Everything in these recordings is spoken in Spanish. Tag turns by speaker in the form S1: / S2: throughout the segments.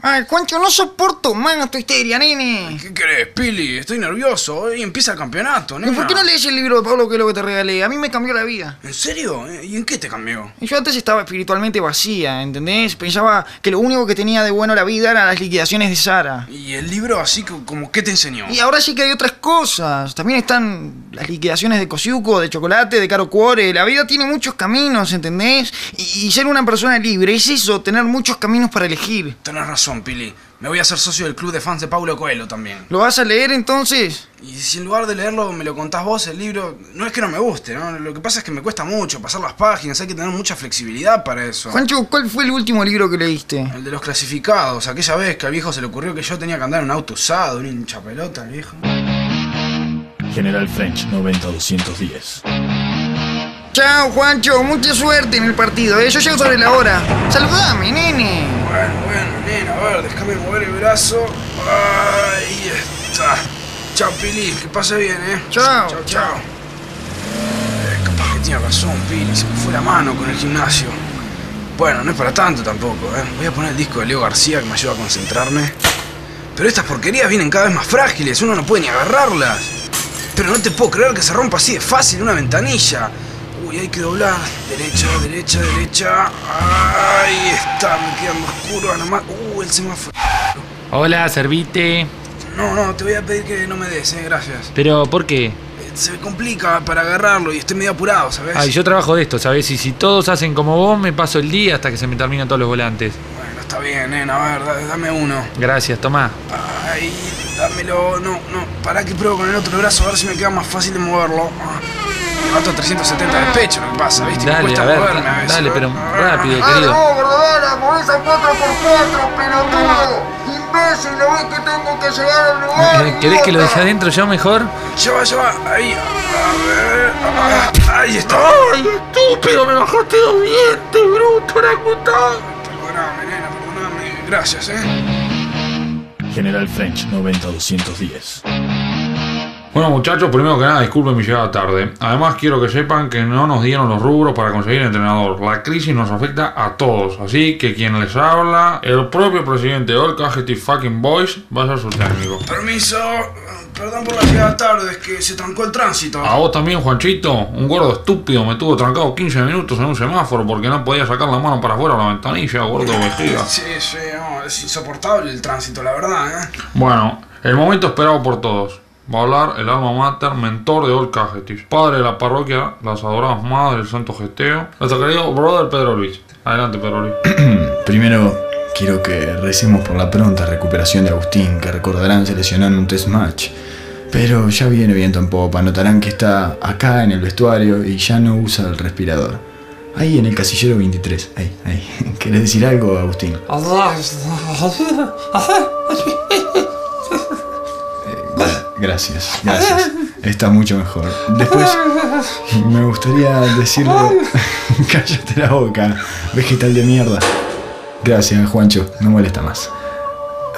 S1: Ay, Juancho, no soporto más tu histeria, nene.
S2: ¿Qué crees, Pili? Estoy nervioso. Hoy empieza el campeonato,
S1: ¿Y
S2: nena.
S1: por qué no lees el libro de Pablo que es lo que te regalé? A mí me cambió la vida.
S2: ¿En serio? ¿Y en qué te cambió?
S1: Yo antes estaba espiritualmente vacía, ¿entendés? Pensaba que lo único que tenía de bueno la vida eran las liquidaciones de Sara.
S2: ¿Y el libro así co- como qué te enseñó?
S1: Y ahora sí que hay otras cosas. También están las liquidaciones de Cosiuco, de Chocolate, de Caro Cuore. La vida tiene muchos caminos, ¿entendés? Y, y ser una persona libre es eso, tener muchos caminos para elegir.
S2: Tenés razón, Pili. Me voy a hacer socio del club de fans de Paulo Coelho también.
S1: ¿Lo vas a leer entonces?
S2: Y si en lugar de leerlo me lo contás vos, el libro, no es que no me guste, ¿no? Lo que pasa es que me cuesta mucho pasar las páginas, hay que tener mucha flexibilidad para eso.
S1: Juancho, ¿cuál fue el último libro que leíste?
S2: El de los clasificados, aquella vez que al viejo se le ocurrió que yo tenía que andar en un auto usado, un hincha pelota, el viejo.
S3: General French 90210.
S1: Chao, Juancho. Mucha suerte en el partido, ¿eh? Yo llego sobre la hora. Saludame, nene.
S2: Bueno, bueno, nena, a ver, déjame mover el brazo. Ahí está. Chao, Pili, que pase bien, eh.
S1: Chao,
S2: chao. chao. Eh, capaz que tiene razón, Pili, se me fue la mano con el gimnasio. Bueno, no es para tanto tampoco, eh. Voy a poner el disco de Leo García que me ayuda a concentrarme. Pero estas porquerías vienen cada vez más frágiles, uno no puede ni agarrarlas. Pero no te puedo creer que se rompa así de fácil una ventanilla. Uy, hay que doblar. Derecha, derecha, derecha. Ahí está, me quedan dos curvas nomás. Uh, el semáforo.
S4: Hola, servite.
S2: No, no, te voy a pedir que no me des, eh, gracias.
S4: Pero, ¿por qué?
S2: Eh, Se me complica para agarrarlo y estoy medio apurado, ¿sabes?
S4: Ay, yo trabajo de esto, ¿sabes? Y si todos hacen como vos, me paso el día hasta que se me terminan todos los volantes.
S2: Bueno, está bien, nena, a ver, da- dame uno.
S4: Gracias, tomá.
S2: Ay, dámelo. No, no, pará que pruebo con el otro brazo a ver si me queda más fácil de moverlo. Ah, Levanto 370 de pecho, lo que pasa, ¿viste? Me
S4: Dale,
S2: cuesta
S4: a ver,
S2: moverme a veces.
S4: dale,
S2: ¿eh?
S4: pero
S2: Ah,
S4: rápido,
S1: Ah,
S4: querido.
S1: no, Gordana, movés a 4x4, pelotudo. Imbécil, lo ves que tengo que llegar al lugar.
S4: Eh, ¿Querés que lo deje
S1: idiota.
S4: adentro yo mejor?
S2: Ya va, ya va. Ahí. A ver. ah, ahí está.
S4: ¡Ay, estúpido! ¡Me bajaste dos dientes, bruto, orangután!
S2: Perdóname, nena, perdóname. Gracias, eh.
S3: General French 90210.
S5: Bueno muchachos, primero que nada, disculpen mi llegada tarde. Además quiero que sepan que no nos dieron los rubros para conseguir entrenador. La crisis nos afecta a todos, así que quien les habla, el propio presidente de Olca Fucking Boys, va a ser su técnico.
S2: Permiso. Perdón por la llegada tarde, es que se trancó el tránsito.
S5: A vos también, Juanchito, un gordo estúpido me tuvo trancado 15 minutos en un semáforo porque no podía sacar la mano para afuera de la ventanilla, gordo vejiga.
S2: Sí, sí, no, es insoportable el tránsito, la verdad, eh.
S5: Bueno, el momento esperado por todos. Va a hablar el alma mater, mentor de Old Cajetis, padre de la parroquia, las adoradas madres del Santo Gesteo, nuestro querido brother Pedro Luis. Adelante, Pedro Luis.
S6: Primero, quiero que recemos por la pronta recuperación de Agustín, que recordarán se lesionó en un test match. Pero ya viene viento en popa, notarán que está acá en el vestuario y ya no usa el respirador. Ahí en el casillero 23, ahí, ahí. ¿Querés decir algo, Agustín? Gra- Gracias, gracias. Está mucho mejor. Después, me gustaría decirle. Cállate la boca, vegetal de mierda. Gracias, Juancho, no molesta más.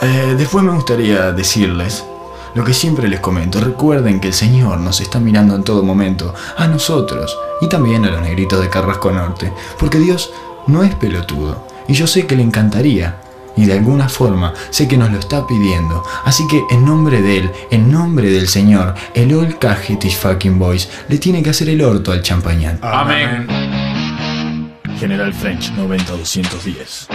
S6: Eh, después me gustaría decirles lo que siempre les comento. Recuerden que el Señor nos está mirando en todo momento, a nosotros y también a los negritos de Carrasco Norte, porque Dios no es pelotudo y yo sé que le encantaría. Y de alguna forma sé que nos lo está pidiendo. Así que en nombre de él, en nombre del Señor, el All Cajetish Fucking Boys le tiene que hacer el orto al champañán.
S5: Amén.
S3: General French 90210.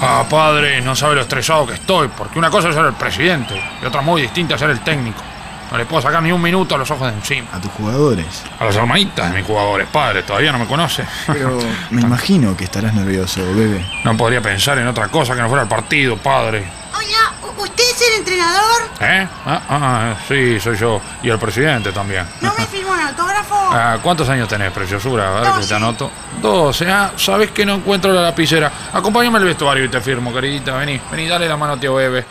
S5: Ah, padre, no sabe lo estresado que estoy, porque una cosa es ser el presidente y otra muy distinta es ser el técnico. No le puedo sacar ni un minuto a los ojos de encima.
S6: A tus jugadores.
S5: A las hermanitas de mis jugadores, padre, todavía no me conoce.
S6: Pero me imagino que estarás nervioso, bebé.
S5: No podría pensar en otra cosa que no fuera el partido, padre.
S7: Hola, ¿u- ¿usted es el entrenador?
S5: ¿Eh? Ah, ah, sí, soy yo. Y el presidente también.
S7: ¿No me firmó un autógrafo?
S5: Ah, ¿Cuántos años tenés, preciosura? A ver que te
S7: Doce.
S5: anoto. 12. Ah, sabés que no encuentro la lapicera. Acompáñame al vestuario y te firmo, queridita. Vení, vení, dale la mano a tío Bebe.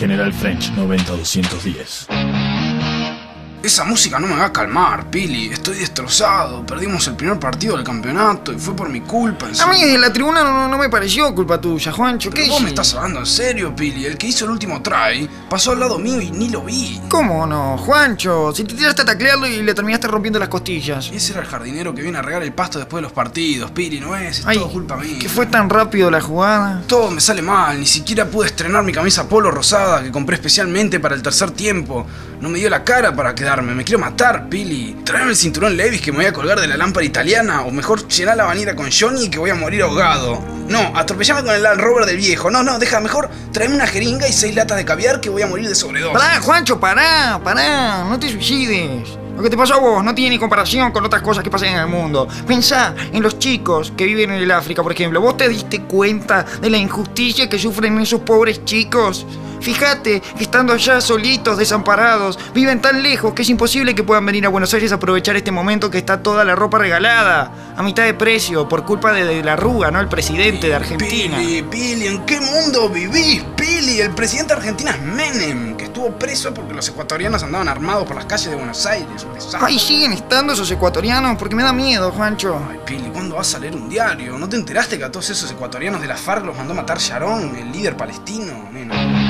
S3: General French 90210.
S2: Esa música no me va a calmar, Pili. Estoy destrozado. Perdimos el primer partido del campeonato y fue por mi culpa.
S1: A
S2: encima.
S1: mí desde la tribuna no, no me pareció culpa tuya, Juancho. ¿Qué
S2: Pero vos me
S1: hice?
S2: estás hablando en serio, Pili. El que hizo el último try pasó al lado mío y ni lo vi.
S1: ¿Cómo no, Juancho? Si te tiraste a taclearlo y le terminaste rompiendo las costillas.
S2: Ese era el jardinero que viene a regar el pasto después de los partidos, Pili, no es, es
S1: Ay,
S2: todo culpa mía.
S1: que fue tan rápido la jugada.
S2: Todo me sale mal, ni siquiera pude estrenar mi camisa polo rosada que compré especialmente para el tercer tiempo. No me dio la cara para quedarme, me quiero matar, Pili. Tráeme el cinturón Levis que me voy a colgar de la lámpara italiana, o mejor llená la bañera con Johnny que voy a morir ahogado. No, atropellame con el Land Rover del viejo. No, no, deja, mejor tráeme una jeringa y seis latas de caviar que voy a morir de sobredosis.
S1: Pará, Juancho, pará, pará, no te suicides. Lo que te pasó a vos no tiene comparación con otras cosas que pasan en el mundo. Pensá en los chicos que viven en el África, por ejemplo. ¿Vos te diste cuenta de la injusticia que sufren esos pobres chicos? Fíjate que estando allá solitos, desamparados, viven tan lejos que es imposible que puedan venir a Buenos Aires a aprovechar este momento que está toda la ropa regalada, a mitad de precio, por culpa de, de la arruga, ¿no? El presidente de Argentina.
S2: Pili, Pili, ¿en qué mundo vivís, Pili? El presidente de Argentina es Menem, que estuvo preso porque los ecuatorianos andaban armados por las calles de Buenos Aires. Un desastre.
S1: Ay, siguen estando esos ecuatorianos porque me da miedo, Juancho.
S2: Ay, Pili, ¿cuándo vas a leer un diario? ¿No te enteraste que a todos esos ecuatorianos de la FARC los mandó a matar Sharon, el líder palestino? Nena?